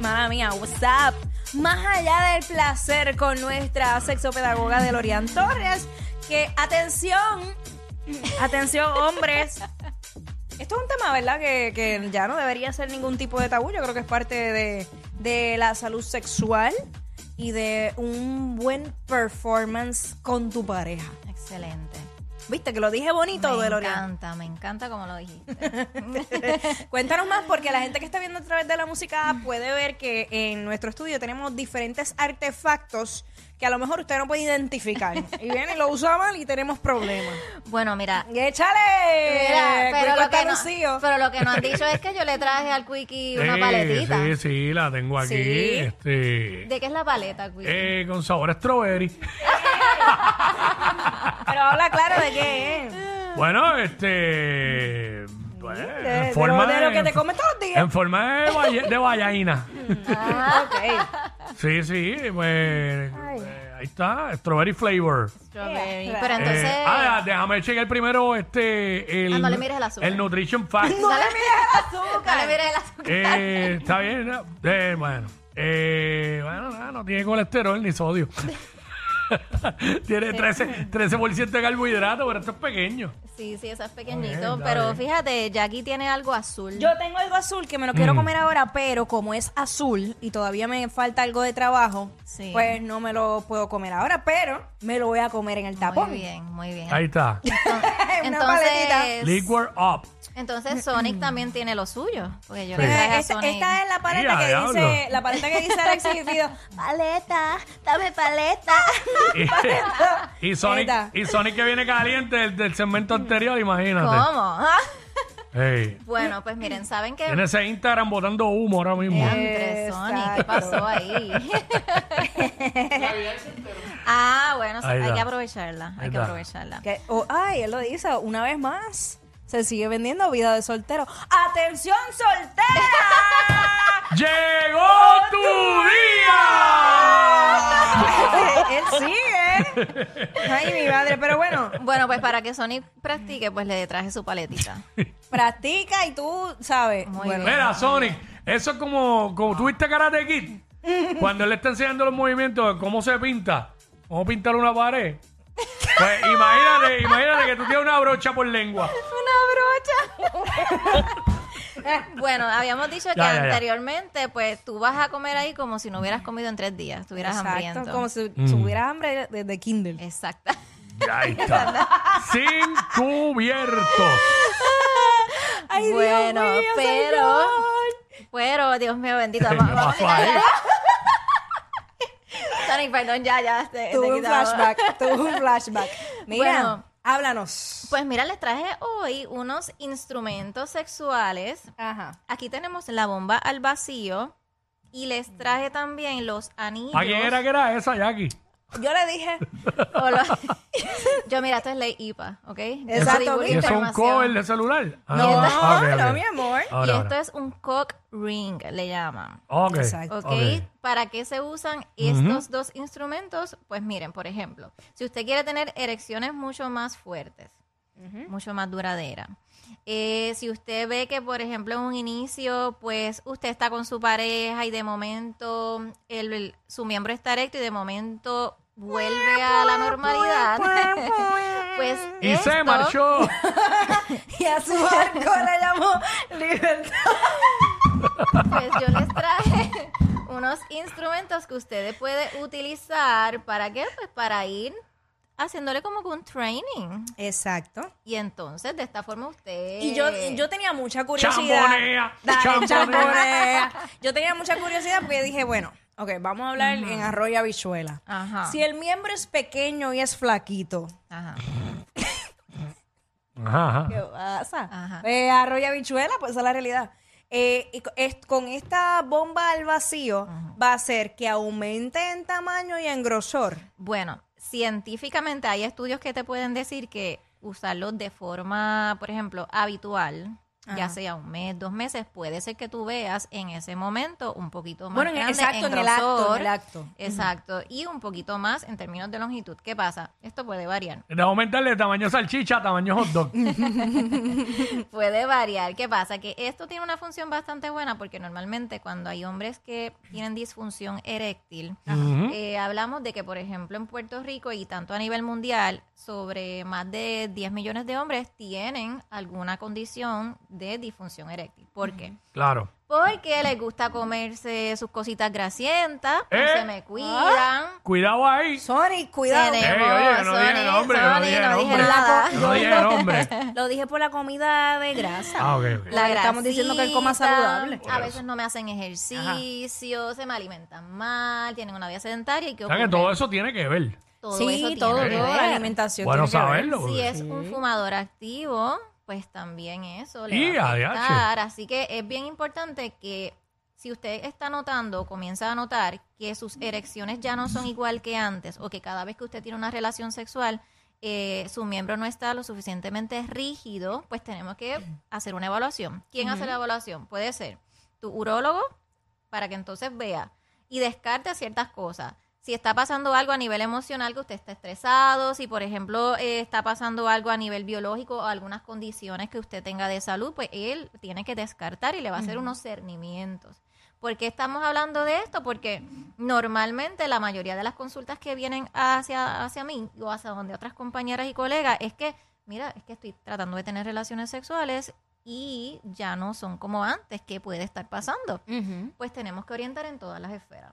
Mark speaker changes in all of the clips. Speaker 1: mala mía, WhatsApp. Más allá del placer con nuestra sexopedagoga de Lorian Torres, que atención, atención hombres. Esto es un tema, ¿verdad? Que, que ya no debería ser ningún tipo de tabú. Yo creo que es parte de, de la salud sexual y de un buen performance con tu pareja.
Speaker 2: Excelente.
Speaker 1: ¿Viste que lo dije bonito,
Speaker 2: me
Speaker 1: de Lorian?
Speaker 2: encanta, me encanta como lo dijiste.
Speaker 1: Cuéntanos más, porque la gente que está viendo a través de la música app puede ver que en nuestro estudio tenemos diferentes artefactos que a lo mejor usted no puede identificar. Y viene y lo usa mal y tenemos problemas.
Speaker 2: bueno, mira.
Speaker 1: Y ¡Échale!
Speaker 2: mira, pero,
Speaker 1: Cuico
Speaker 2: lo que no,
Speaker 1: Tarucío.
Speaker 2: pero lo que no han dicho es que yo le traje al Quickie una
Speaker 3: Sí,
Speaker 2: paletita.
Speaker 3: Sí, sí, la tengo aquí.
Speaker 1: Sí.
Speaker 3: Este,
Speaker 2: ¿De qué es la paleta, Quickie?
Speaker 3: eh, con sabor a strawberry.
Speaker 1: Pero habla claro de qué es.
Speaker 3: bueno, este. pues,
Speaker 1: de- de
Speaker 3: en forma
Speaker 1: lo- de lo que te comes todos los días.
Speaker 3: En forma de, valle- de vallaína.
Speaker 2: Ah,
Speaker 1: Ok.
Speaker 3: sí, sí, pues. eh, ahí está, strawberry flavor.
Speaker 2: strawberry.
Speaker 1: Eh,
Speaker 2: Pero entonces.
Speaker 3: Eh, ah, déjame chequear primero este. El,
Speaker 2: Ah, no le mires el azúcar.
Speaker 3: Nutrition Fact.
Speaker 1: No le mires el
Speaker 2: no le
Speaker 1: azúcar.
Speaker 2: mires el azúcar.
Speaker 3: Eh, está bien, ¿no? Eh, bueno. Eh, bueno, nada, no tiene colesterol ni sodio. tiene 13, 13% de carbohidrato, pero esto es pequeño.
Speaker 2: Sí, sí, eso es
Speaker 3: Está
Speaker 2: pequeñito.
Speaker 3: bien, está
Speaker 2: pero
Speaker 3: bien.
Speaker 2: fíjate, Jackie tiene algo azul.
Speaker 1: Yo tengo algo azul que me lo quiero
Speaker 3: Mm.
Speaker 1: comer ahora, pero como es azul y todavía me falta algo de trabajo,
Speaker 2: Sí.
Speaker 1: pues no me lo puedo comer ahora, pero me lo voy a comer en el tapón.
Speaker 2: muy bien, muy bien.
Speaker 3: Ahí está.
Speaker 2: Entonces,
Speaker 3: Liquor up.
Speaker 2: entonces Sonic también tiene lo suyo. Porque yo
Speaker 3: Sí.
Speaker 2: le
Speaker 1: Eh,
Speaker 2: traje a
Speaker 1: esta,
Speaker 2: Sonic.
Speaker 1: esta es la paleta
Speaker 3: Ya,
Speaker 1: que
Speaker 3: diablo.
Speaker 1: dice, la paleta que dice Alexis Fido.
Speaker 2: Paleta, dame paleta.
Speaker 3: y, Sonic,
Speaker 1: Ahí está.
Speaker 3: y Sonic que viene caliente del, del segmento anterior, imagínate.
Speaker 2: ¿Cómo?
Speaker 3: Ey,
Speaker 2: bueno, pues miren, ¿saben qué?
Speaker 3: tiene ese Instagram botando humo ahora mismo.
Speaker 2: Eh. Entre Sonic, ¿qué
Speaker 1: Exacto.
Speaker 2: pasó ahí? ah, bueno, sí,
Speaker 3: Ahí
Speaker 2: hay
Speaker 3: está.
Speaker 2: que aprovecharla, hay
Speaker 3: Ahí
Speaker 2: que
Speaker 3: está.
Speaker 2: aprovecharla.
Speaker 1: Que- oh, ay, él lo dice una vez más. Se sigue vendiendo vida de soltero. ¡Atención, soltera!
Speaker 3: ¡Llegó ¡Oh, tu
Speaker 1: él
Speaker 3: día!
Speaker 1: sigue. Ay, mi madre, pero bueno.
Speaker 2: Bueno, pues para que Sonic practique, pues le traje su paletita.
Speaker 1: Practica y tú sabes.
Speaker 2: Muy
Speaker 1: Bueno,
Speaker 3: Mira, Sonic, eso es como, como tuviste Karate Kid. Cuando él le está enseñando los movimientos, de cómo se pinta, cómo pintar una pared. Pues imagínate, imagínate que tú tienes una brocha por lengua.
Speaker 2: Una brocha. bueno, habíamos dicho que
Speaker 3: Ya, ya, ya.
Speaker 2: anteriormente, pues tú vas a comer ahí como si no hubieras comido en tres días, estuvieras hambriento. Eh,
Speaker 1: Exacto, como si
Speaker 3: Mm.
Speaker 1: tuviera hambre desde Kindle.
Speaker 2: Exacto.
Speaker 3: Ahí está. Sin cubiertos.
Speaker 1: Ay,
Speaker 2: bueno,
Speaker 1: Dios mío,
Speaker 2: pero,
Speaker 1: señor.
Speaker 2: pero, Dios mío, bendito.
Speaker 3: ¿Qué
Speaker 2: Vamos-
Speaker 3: pasó ahí?
Speaker 2: Sonic, perdón, ya, ya. te- te
Speaker 1: Tuve un
Speaker 2: quitaba.
Speaker 1: flashback, tuve un flashback. Mira,
Speaker 2: Bueno.
Speaker 1: háblanos.
Speaker 2: Pues mira, les traje hoy unos instrumentos sexuales.
Speaker 1: Ajá.
Speaker 2: Aquí tenemos la bomba al vacío y les traje también los anillos.
Speaker 3: ¿A quién era que era esa, Jackie?
Speaker 1: Yo le dije,
Speaker 2: o los- Yo, mira, esto es ley IPA, ¿ok? Yo
Speaker 1: Exacto,
Speaker 2: divulgo
Speaker 1: ¿viste?
Speaker 3: ¿Y eso es un
Speaker 2: información.
Speaker 3: cover de celular? Ah,
Speaker 1: no,
Speaker 3: ah, ok,
Speaker 1: no,
Speaker 3: ok.
Speaker 1: mi amor.
Speaker 3: Ahora,
Speaker 2: y
Speaker 3: ahora.
Speaker 2: esto es un cock ring, le llaman.
Speaker 3: Ok,
Speaker 1: Exacto.
Speaker 2: ¿Ok?
Speaker 3: ok.
Speaker 2: ¿Para qué se usan estos dos instrumentos? Pues miren, por ejemplo, si usted quiere tener erecciones mucho más fuertes, mucho más duraderas, eh, si usted ve que, por ejemplo, en un inicio, pues usted está con su pareja y de momento el- el- su miembro está erecto y de momento vuelve a la normalidad, pues
Speaker 3: Y se
Speaker 2: esto-
Speaker 3: marchó.
Speaker 1: Y a su barco le llamó libertad.
Speaker 2: Pues yo les traje unos instrumentos que ustedes pueden utilizar para qué? Pues para ir haciéndole como que un training.
Speaker 1: Exacto.
Speaker 2: Y entonces, de esta forma usted...
Speaker 1: Y yo, yo tenía mucha curiosidad.
Speaker 3: Champonea.
Speaker 1: Dale,
Speaker 3: Champonea.
Speaker 1: champonea. Yo tenía mucha curiosidad porque dije, bueno, ok, vamos a hablar en arroyo y habichuela.
Speaker 2: Ajá.
Speaker 1: Si el miembro es pequeño y es flaquito,
Speaker 2: Ajá.
Speaker 3: Ajá, ajá.
Speaker 1: ¿Qué pasa?
Speaker 2: Ajá.
Speaker 1: Eh, arroyo y habichuela, pues esa es la realidad. Eh, y co- es- con esta bomba al vacío va a hacer que aumente en tamaño y en grosor.
Speaker 2: Bueno, científicamente hay estudios que te pueden decir que usarlos de forma, por ejemplo, habitual, ya sea un mes, dos meses, puede ser que tú veas en ese momento un poquito más
Speaker 1: Bueno, en-
Speaker 2: grande,
Speaker 1: exacto, en el acto,
Speaker 2: grosor.
Speaker 1: en el acto.
Speaker 2: Exacto, y un poquito más en términos de longitud. ¿Qué pasa? Esto puede variar.
Speaker 3: De aumentarle tamaño salchicha, tamaño hot dog.
Speaker 2: Puede variar. ¿Qué pasa? Que esto tiene una función bastante buena porque normalmente cuando hay hombres que tienen disfunción eréctil,
Speaker 3: Ujú.
Speaker 2: eh, hablamos de que, por ejemplo, en Puerto Rico y tanto a nivel mundial, sobre más de 10 millones de hombres tienen alguna condición de disfunción eréctil. ¿Por qué?
Speaker 3: Claro.
Speaker 2: Porque les gusta comerse sus cositas grasientas, no
Speaker 3: ¿Eh?
Speaker 2: se me cuidan.
Speaker 3: Cuidado ahí.
Speaker 1: Sony, cuidado.
Speaker 2: Tenemos-
Speaker 3: Ey, oye, que no dije
Speaker 2: Sony,
Speaker 3: nombre, que no
Speaker 2: Sony,
Speaker 3: dije
Speaker 2: no
Speaker 3: nombre.
Speaker 2: dije nada.
Speaker 3: No dije nombre.
Speaker 1: Lo dije por la comida de grasa.
Speaker 3: Ah, ok, ok.
Speaker 1: Porque estamos diciendo que él coma
Speaker 2: grasita,
Speaker 1: saludable.
Speaker 2: A veces no me hacen ejercicio, se me alimentan mal, tienen una vida sedentaria y que
Speaker 3: O sea que todo eso tiene que ver.
Speaker 2: todo
Speaker 1: sí,
Speaker 2: eso
Speaker 1: todo,
Speaker 2: tiene que
Speaker 1: todo,
Speaker 2: ver.
Speaker 1: la alimentación.
Speaker 3: Bueno
Speaker 1: tiene que ver.
Speaker 3: saberlo.
Speaker 2: Si
Speaker 3: porque-
Speaker 2: es un fumador activo, pues también eso le
Speaker 3: Y
Speaker 2: va a
Speaker 3: ADH.
Speaker 2: afectar. Así que es bien importante que si usted está notando, comienza a notar que sus erecciones ya no son igual que antes o que cada vez que usted tiene una relación sexual, eh, su miembro no está lo suficientemente rígido, pues tenemos que hacer una evaluación. ¿Quién hace la evaluación? Puede ser tu urólogo para que entonces vea y descarte ciertas cosas. Si está pasando algo a nivel emocional, que usted está estresado, si por ejemplo eh, está pasando algo a nivel biológico o algunas condiciones que usted tenga de salud, pues él tiene que descartar y le va a hacer unos cernimientos. ¿Por qué estamos hablando de esto? Porque normalmente la mayoría de las consultas que vienen hacia, hacia mí o hacia donde otras compañeras y colegas es que, mira, es que estoy tratando de tener relaciones sexuales y ya no son como antes, ¿qué puede estar pasando?
Speaker 1: Ujú.
Speaker 2: pues tenemos que orientar en todas las esferas.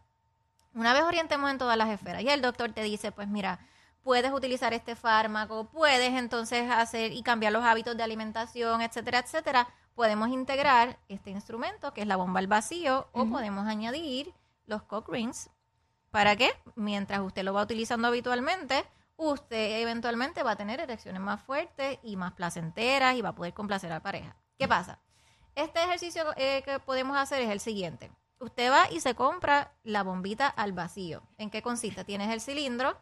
Speaker 2: Una vez orientemos en todas las esferas y el doctor te dice, pues mira, puedes utilizar este fármaco, puedes entonces hacer y cambiar los hábitos de alimentación, etcétera, etcétera, podemos integrar este instrumento que es la bomba al vacío o podemos añadir los cock rings. ¿Para qué? Mientras usted lo va utilizando habitualmente, usted eventualmente va a tener erecciones más fuertes y más placenteras y va a poder complacer a la pareja. ¿Qué pasa? Este ejercicio eh, que podemos hacer es el siguiente. Usted va y se compra la bombita al vacío. ¿En qué consiste? Tienes el cilindro,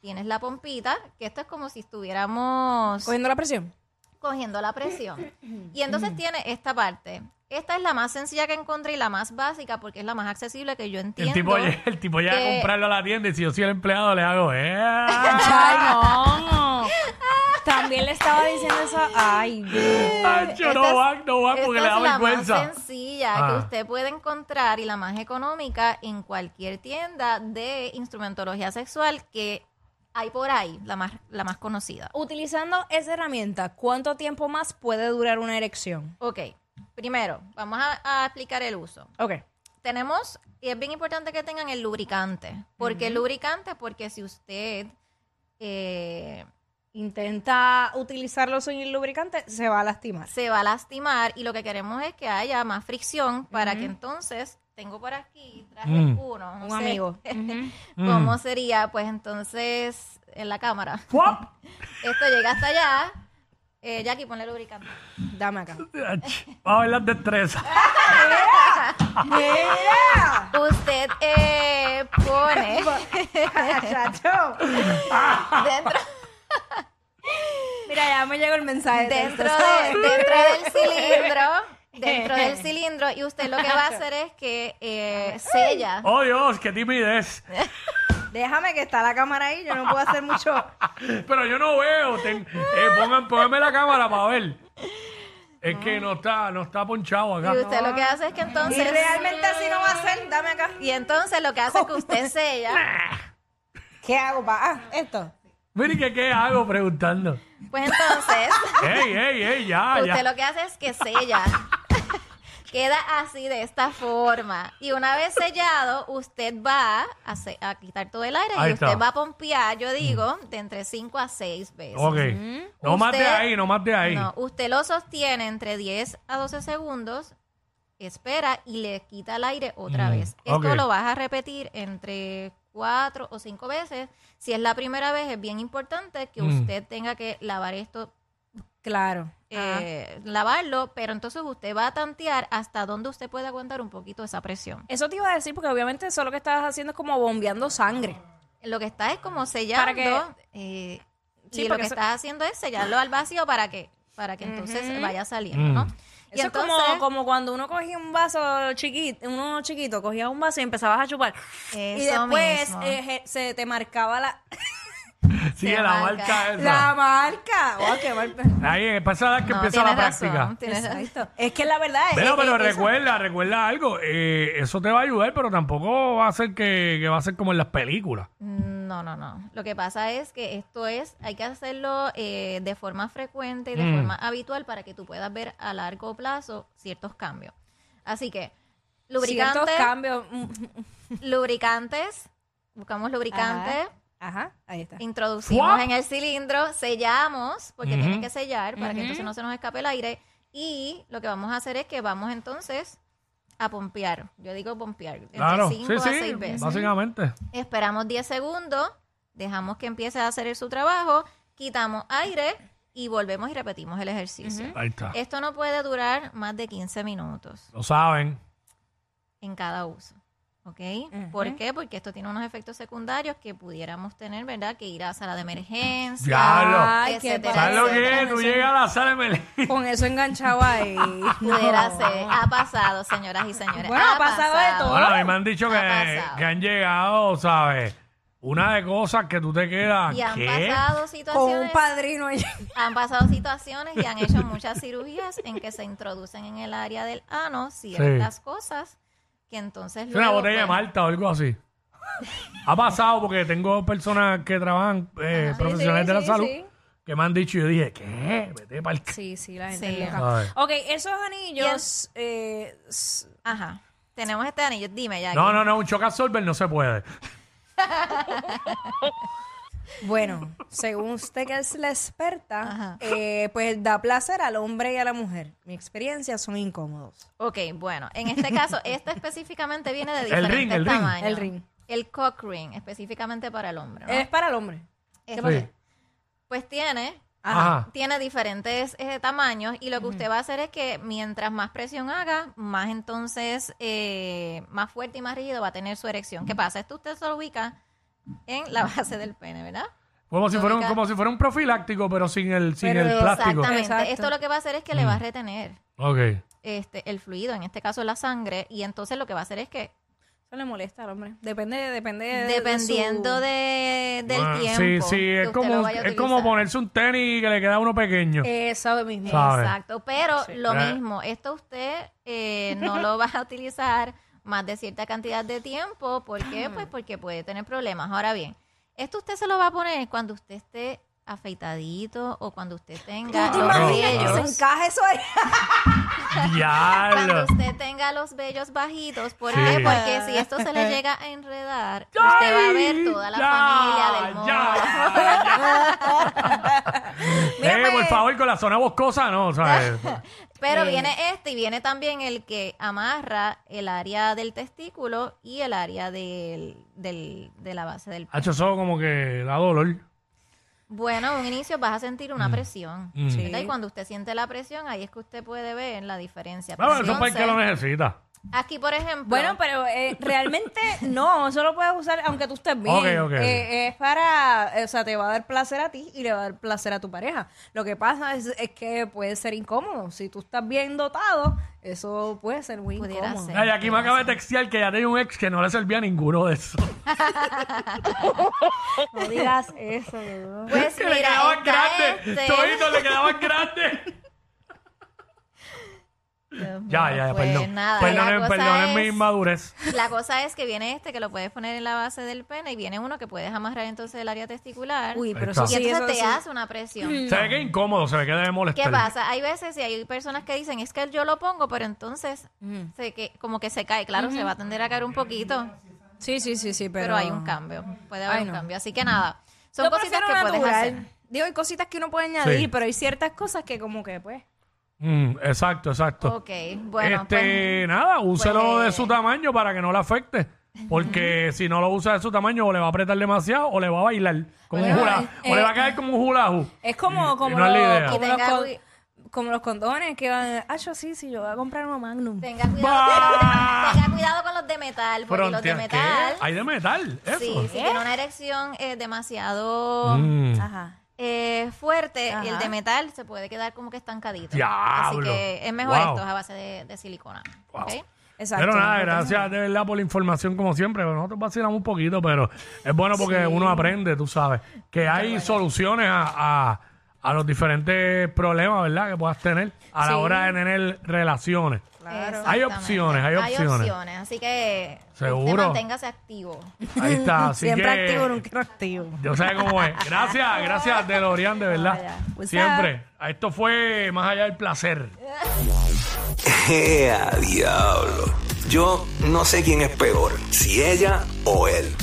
Speaker 2: tienes la pompita, que esto es como si estuviéramos
Speaker 1: Cogiendo la presión.
Speaker 2: cogiendo la presión. Y entonces tiene esta parte. Esta es la más sencilla que encontré y la más básica porque es la más accesible que yo entiendo.
Speaker 3: El tipo, ya- el tipo ya
Speaker 2: que-
Speaker 3: a comprarlo a la tienda y si yo soy el empleado le hago. ¡Eh!
Speaker 1: Ay, no. También le estaba diciendo eso. Ay, Dios.
Speaker 3: Pancho,
Speaker 2: Esta
Speaker 3: no
Speaker 2: es-
Speaker 3: van, no van porque
Speaker 2: esta
Speaker 3: le
Speaker 2: es
Speaker 3: da
Speaker 2: la
Speaker 3: vergüenza.
Speaker 2: más sencilla
Speaker 3: Ah.
Speaker 2: que usted puede encontrar y la más económica en cualquier tienda de instrumentología sexual que hay por ahí, la más, la más conocida.
Speaker 1: Utilizando esa herramienta, ¿cuánto tiempo más puede durar una erección?
Speaker 2: Ok, primero, vamos a, a explicar el uso.
Speaker 1: Ok.
Speaker 2: tenemos, y es bien importante que tengan el lubricante. ¿Por qué lubricante? Porque si usted eh,
Speaker 1: Intenta utilizarlo sin el lubricante, se va a lastimar.
Speaker 2: se va a lastimar y lo que queremos es que haya más fricción para que entonces, tengo por aquí, traje
Speaker 3: Mm.
Speaker 2: uno, no
Speaker 1: Un
Speaker 2: sé
Speaker 1: amigo.
Speaker 2: ¿Cómo sería? Pues entonces, en la cámara.
Speaker 3: ¡Fuap!
Speaker 2: Esto llega hasta allá. Eh, Jackie, ponle lubricante.
Speaker 1: Dame acá.
Speaker 3: Vamos a ver las destrezas.
Speaker 2: Usted eh, pone dentro
Speaker 1: Mira, ya me llegó el mensaje. de
Speaker 2: dentro,
Speaker 1: esto, ¿sabes?
Speaker 2: de- dentro del cilindro, dentro del cilindro, y usted lo que va a hacer es que eh, sella.
Speaker 3: ¡Oh, Dios! ¡Qué timidez!
Speaker 1: Déjame que está la cámara ahí, yo no puedo hacer mucho.
Speaker 3: Pero yo no veo. Ten- eh, pongan, pónganme la cámara para ver. Es que no está, no está ponchado
Speaker 2: Y
Speaker 3: acá.
Speaker 2: usted lo que hace es que
Speaker 1: Y
Speaker 2: entonces.
Speaker 1: realmente así no va a ser, dame acá.
Speaker 2: Y entonces lo que hace es que usted sella.
Speaker 1: ¿Qué hago? Pa? Ah, esto.
Speaker 3: Mire que qué hago preguntando.
Speaker 2: Pues entonces,
Speaker 3: ¡Ey, ey, ey! Ya,
Speaker 2: usted
Speaker 3: Ah, ya.
Speaker 2: lo que hace es que sella. Queda así de esta forma. Y una vez sellado, usted va a, se- a quitar todo el aire
Speaker 3: Ahí
Speaker 2: y usted
Speaker 3: está. Mm.
Speaker 2: va a pompear, yo digo, de entre 5 a 6 veces.
Speaker 3: Ok. No más de
Speaker 2: Usted-
Speaker 3: ahí, no más de ahí.
Speaker 2: No, usted lo sostiene entre 10 a 12 segundos, espera y le quita el aire otra
Speaker 3: Mm,
Speaker 2: vez. Esto
Speaker 3: ok.
Speaker 2: lo vas a repetir entre cuatro o cinco veces. Si es la primera vez, es bien importante que
Speaker 3: Mm.
Speaker 2: usted tenga que lavar esto,
Speaker 1: Claro. Ajá.
Speaker 2: eh, lavarlo, pero entonces usted va a tantear hasta dónde usted puede aguantar un poquito esa presión.
Speaker 1: Eso te iba a decir porque obviamente eso lo que estabas haciendo es como bombeando sangre.
Speaker 2: Lo que está es como sellando.
Speaker 1: Para
Speaker 2: eh,
Speaker 1: Sí,
Speaker 2: y lo
Speaker 1: porque
Speaker 2: que
Speaker 1: eso-
Speaker 2: estás haciendo es sellarlo al vacío para que para que entonces vaya
Speaker 3: Mm.
Speaker 2: saliendo, ¿no?
Speaker 1: Eso es como, como cuando uno cogía un vaso chiquito, uno chiquito, cogía un vaso y empezabas a chupar. y
Speaker 2: Eso
Speaker 1: después
Speaker 2: mismo.
Speaker 1: eh, je- se te marcaba la,
Speaker 3: Sí,
Speaker 2: Se
Speaker 3: la
Speaker 2: marca.
Speaker 3: marca
Speaker 1: la
Speaker 3: esa.
Speaker 1: marca. Guau, qué mal-
Speaker 3: Ahí empieza a dar que
Speaker 2: No,
Speaker 3: empieza la
Speaker 2: tienes razón,
Speaker 3: práctica.
Speaker 2: tienes razón.
Speaker 1: Es que la verdad es
Speaker 3: Pero,
Speaker 1: es-
Speaker 3: pero
Speaker 1: es- eso-
Speaker 3: recuerda, recuerda algo. eh, eso te va a ayudar, pero tampoco va a ser que, que va a ser como en las películas.
Speaker 2: No, no, no. Lo que pasa es que esto es, hay que hacerlo eh, de forma frecuente y de
Speaker 3: Mm.
Speaker 2: forma habitual para que tú puedas ver a largo plazo ciertos cambios. Así que,
Speaker 1: Ciertos
Speaker 2: lubricantes,
Speaker 1: cambios. mm,
Speaker 2: lubricantes, buscamos lubricantes,
Speaker 1: Ajá, ahí está.
Speaker 2: introducimos
Speaker 3: ¡Fua!
Speaker 2: en el cilindro, sellamos, porque
Speaker 3: Ujú.
Speaker 2: tienen que sellar para que entonces no se nos escape el aire. Y lo que vamos a hacer es que vamos entonces a pompear. Yo digo pompear, entre
Speaker 3: Claro, sí,
Speaker 2: 5 a
Speaker 3: sí,
Speaker 2: 6 veces.
Speaker 3: básicamente.
Speaker 2: Esperamos 10 segundos, dejamos que empiece a hacer su trabajo, quitamos aire y volvemos y repetimos el ejercicio.
Speaker 3: Ahí está.
Speaker 2: Esto no puede durar más de 15 minutos
Speaker 3: Lo saben.
Speaker 2: en cada uso. ¿Ok? ¿Por qué? Porque esto tiene unos efectos secundarios que pudiéramos tener, ¿verdad? Que ir a sala de emergencia.
Speaker 3: Diablo.
Speaker 1: Ay, qué
Speaker 2: etcétera,
Speaker 3: ¿Sabes lo que
Speaker 2: etcétera.
Speaker 3: es? Tú llegas a la sala de Melén.
Speaker 1: Con eso enganchado ahí.
Speaker 2: Pudiera
Speaker 1: No.
Speaker 2: ser. Ha pasado, señoras y señores.
Speaker 1: Bueno, ha pasado de todo.
Speaker 3: Bueno, a mí me han dicho que,
Speaker 2: Ha pasado.
Speaker 3: que han llegado, ¿sabes? Una de cosas que tú te quedas.
Speaker 2: Y han
Speaker 3: ¿Qué?
Speaker 2: pasado
Speaker 1: Con un
Speaker 2: situaciones.
Speaker 1: padrino. ahí.
Speaker 2: Han pasado situaciones y han hecho muchas cirugías en que se introducen en el área del ano ciertas cosas que entonces
Speaker 3: Es una
Speaker 2: luego,
Speaker 3: botella de
Speaker 2: pues,
Speaker 3: Malta o algo así. ha pasado porque tengo personas que trabajan, eh, profesionales
Speaker 1: Sí,
Speaker 3: de la
Speaker 1: sí,
Speaker 3: salud,
Speaker 1: sí.
Speaker 3: que me han dicho y yo dije, ¿qué? Vete para el...
Speaker 1: Sí, sí, la gente
Speaker 2: Sí.
Speaker 1: es loca.
Speaker 3: Ay.
Speaker 1: Ok, esos anillos. eh, s-
Speaker 2: Ajá. Tenemos este anillo. Dime ya.
Speaker 3: No, no, no, un shock absorber no se puede.
Speaker 1: bueno, según usted que es la experta,
Speaker 2: Ajá.
Speaker 1: eh, pues da placer al hombre y a la mujer. Mi experiencia son incómodos.
Speaker 2: Ok, bueno. En este caso, este específicamente viene de
Speaker 3: El
Speaker 2: diferentes
Speaker 3: ring, el ring. Eh,
Speaker 2: tamaños.
Speaker 1: El ring.
Speaker 2: El cock ring, específicamente para el hombre. ¿no?
Speaker 1: Es para el hombre.
Speaker 2: Este,
Speaker 3: Sí.
Speaker 2: Pues tiene
Speaker 3: Ajá.
Speaker 2: tiene diferentes eh, tamaños y lo que usted va a hacer es que mientras más presión haga, más entonces, eh, más fuerte y más rígido va a tener su erección. ¿Qué pasa? Esto usted se lo ubica en la base del pene, ¿verdad?
Speaker 3: Como si, fuera un,
Speaker 2: Lógica.
Speaker 3: como si fuera un profiláctico, pero sin el, sin
Speaker 1: Pero
Speaker 3: el plástico. Mm.
Speaker 2: Exactamente.
Speaker 1: Exacto.
Speaker 2: Esto lo que va a hacer es que le va a retener
Speaker 3: Ok.
Speaker 2: este, el fluido, en este caso la sangre, y entonces lo que va a hacer es que,
Speaker 1: Eso le molesta al hombre. Depende, depende. de- de
Speaker 2: dependiendo
Speaker 1: su-
Speaker 2: de, del
Speaker 3: Bueno,
Speaker 2: tiempo,
Speaker 3: Ah, Sí, sí,
Speaker 2: que
Speaker 3: es
Speaker 2: usted
Speaker 3: como,
Speaker 2: lo
Speaker 3: un-
Speaker 2: vaya a
Speaker 3: es como
Speaker 2: utilizar. Eh,
Speaker 3: ponerse un tenis que le queda a uno pequeño.
Speaker 1: Eso mismo.
Speaker 3: Sa- ¿sabe?
Speaker 2: Exacto, pero
Speaker 1: Sí.
Speaker 2: lo
Speaker 3: Eh.
Speaker 2: mismo, esto usted eh, no lo va a utilizar más de cierta cantidad de tiempo. ¿Por qué?
Speaker 1: Ah.
Speaker 2: Pues porque puede tener problemas. Ahora bien, esto usted se lo va a poner cuando usted esté afeitadito o cuando usted tenga
Speaker 1: ¿Tú te
Speaker 3: Claro,
Speaker 2: los
Speaker 1: imaginas
Speaker 3: claro.
Speaker 1: que se
Speaker 2: vellos.
Speaker 1: encaje eso ahí?
Speaker 3: Diablo.
Speaker 2: Cuando usted tenga los vellos bajitos, ¿por
Speaker 3: Sí.
Speaker 2: qué? Porque si esto se le llega a enredar, usted va a ver toda la familia
Speaker 3: ¡Ay!
Speaker 2: del
Speaker 3: Ya,
Speaker 2: mundo.
Speaker 1: Mira,
Speaker 3: Eh,
Speaker 1: pues-
Speaker 3: por favor, con la zona boscosa, no, eh, ¿sabes?
Speaker 2: Pero
Speaker 1: Sí.
Speaker 2: viene este y viene también el que amarra el área del testículo y el área del, del- de la base del...
Speaker 3: Ha hecho eso como que da dolor.
Speaker 2: Bueno, en un inicio vas a sentir una presión.
Speaker 3: Mm.
Speaker 1: Sí.
Speaker 2: ¿verdad? Y cuando usted siente la presión, ahí es que usted puede ver la diferencia.
Speaker 3: Bueno,
Speaker 2: Pero
Speaker 3: eso es para el que lo
Speaker 2: entonces,
Speaker 3: necesita.
Speaker 2: Aquí, por ejemplo...
Speaker 1: Bueno, pero eh, realmente no, eso lo puedes usar aunque tú estés bien.
Speaker 3: Ok, ok, ok.
Speaker 1: Eh, es para, eh, o sea, te va a dar placer a ti y le va a dar placer a tu pareja. Lo que pasa es, es que puede ser incómodo. Si tú estás bien dotado, eso puede ser muy
Speaker 2: Pudiera
Speaker 1: incómodo.
Speaker 2: ser.
Speaker 3: Ay, aquí me acaba de textear que ya tenía un ex que no le servía ninguno de esos.
Speaker 1: No digas eso, de verdad.
Speaker 2: pues
Speaker 3: que
Speaker 2: mira,
Speaker 3: le quedaban
Speaker 2: está
Speaker 3: grandes.
Speaker 2: este.
Speaker 3: Toditos le quedaban grandes.
Speaker 2: Dios
Speaker 3: Ya,
Speaker 2: mío,
Speaker 3: ya, ya,
Speaker 2: pues
Speaker 3: perdón.
Speaker 2: nada, la
Speaker 3: Perdonen,
Speaker 2: cosa
Speaker 3: perdonen mi
Speaker 2: es-
Speaker 3: inmadurez.
Speaker 2: La cosa es que viene este que lo puedes poner en la base del pene y viene uno que puedes amarrar entonces el área testicular.
Speaker 1: Uy,
Speaker 3: Ahí
Speaker 1: pero eso
Speaker 3: está.
Speaker 2: y
Speaker 1: sí,
Speaker 2: entonces
Speaker 1: eso
Speaker 2: te
Speaker 1: sí. Mm.
Speaker 2: hace una presión.
Speaker 3: Se ve que es incómodo, se ve que debe
Speaker 2: ¿Qué
Speaker 3: molestar.
Speaker 2: pasa? Hay veces y hay personas que dicen, es que yo lo pongo, pero entonces se que, como que se cae. Claro, se va a tender a caer un poquito,
Speaker 1: Sí, sí, sí, sí, pero...
Speaker 2: pero, hay un cambio. Puede haber
Speaker 1: Ay,
Speaker 2: un
Speaker 1: no.
Speaker 2: cambio. Así que nada, son
Speaker 1: Yo
Speaker 2: cositas
Speaker 1: prefiero
Speaker 2: que puedes
Speaker 1: natural.
Speaker 2: hacer.
Speaker 1: Digo, hay cositas que uno puede añadir,
Speaker 3: Sí.
Speaker 1: pero hay ciertas cosas que como que, pues...
Speaker 3: Mm, exacto, exacto.
Speaker 2: Ok, bueno,
Speaker 3: este, nada, úselo
Speaker 2: pues-
Speaker 3: de su tamaño para que no le afecte. Porque si no lo usa de su tamaño, o le va a apretar demasiado, o le va a bailar como
Speaker 1: Bueno,
Speaker 3: un hula,
Speaker 1: eh,
Speaker 3: o le va a caer como un hula
Speaker 2: eh,
Speaker 3: hoop.
Speaker 1: Es como, como,
Speaker 3: no es la idea.
Speaker 1: los, como,
Speaker 2: Y
Speaker 1: los
Speaker 2: tenga
Speaker 1: con-
Speaker 2: wi-
Speaker 1: como los condones que van. Ah, yo sí, sí, yo voy a comprar una Magnum.
Speaker 2: pues, tenga cuidado,
Speaker 3: Bah.
Speaker 2: tenga cuidado con los de metal, porque los de
Speaker 3: Frontea- ¿qué?
Speaker 2: metal,
Speaker 3: Hay de metal, eso.
Speaker 2: sí, si tiene una erección eh, demasiado
Speaker 3: Mm.
Speaker 1: Ajá.
Speaker 2: eh, fuerte
Speaker 1: Ajá.
Speaker 2: y el de metal se puede quedar como que estancadito. Así
Speaker 3: Diablo.
Speaker 2: que es mejor
Speaker 3: Wow.
Speaker 2: esto, es a base de, de silicona. ¿ok?
Speaker 1: Exacto.
Speaker 3: Pero nada, gracias de verdad por la información como siempre. Nosotros vacilamos un poquito, pero es bueno porque uno aprende, tú sabes, que hay soluciones a, a- a los diferentes problemas, ¿verdad? Que puedas tener a la
Speaker 2: Sí.
Speaker 3: hora de tener relaciones. Hay opciones, hay opciones.
Speaker 2: así que
Speaker 3: Seguro.
Speaker 2: usted manténgase activo.
Speaker 3: Ahí está. Así
Speaker 1: Siempre
Speaker 3: que,
Speaker 1: activo, nunca activo.
Speaker 3: Yo sé cómo es. Gracias, gracias, Delorian, de verdad.
Speaker 1: Vaya. pues, ah. What's
Speaker 3: Siempre. Esto fue más allá del placer.
Speaker 4: ¡Ea, diablo! Yo no sé quién es peor, si ella o él.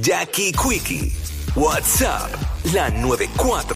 Speaker 4: Jackie Quickie, WhatsApp, la 94.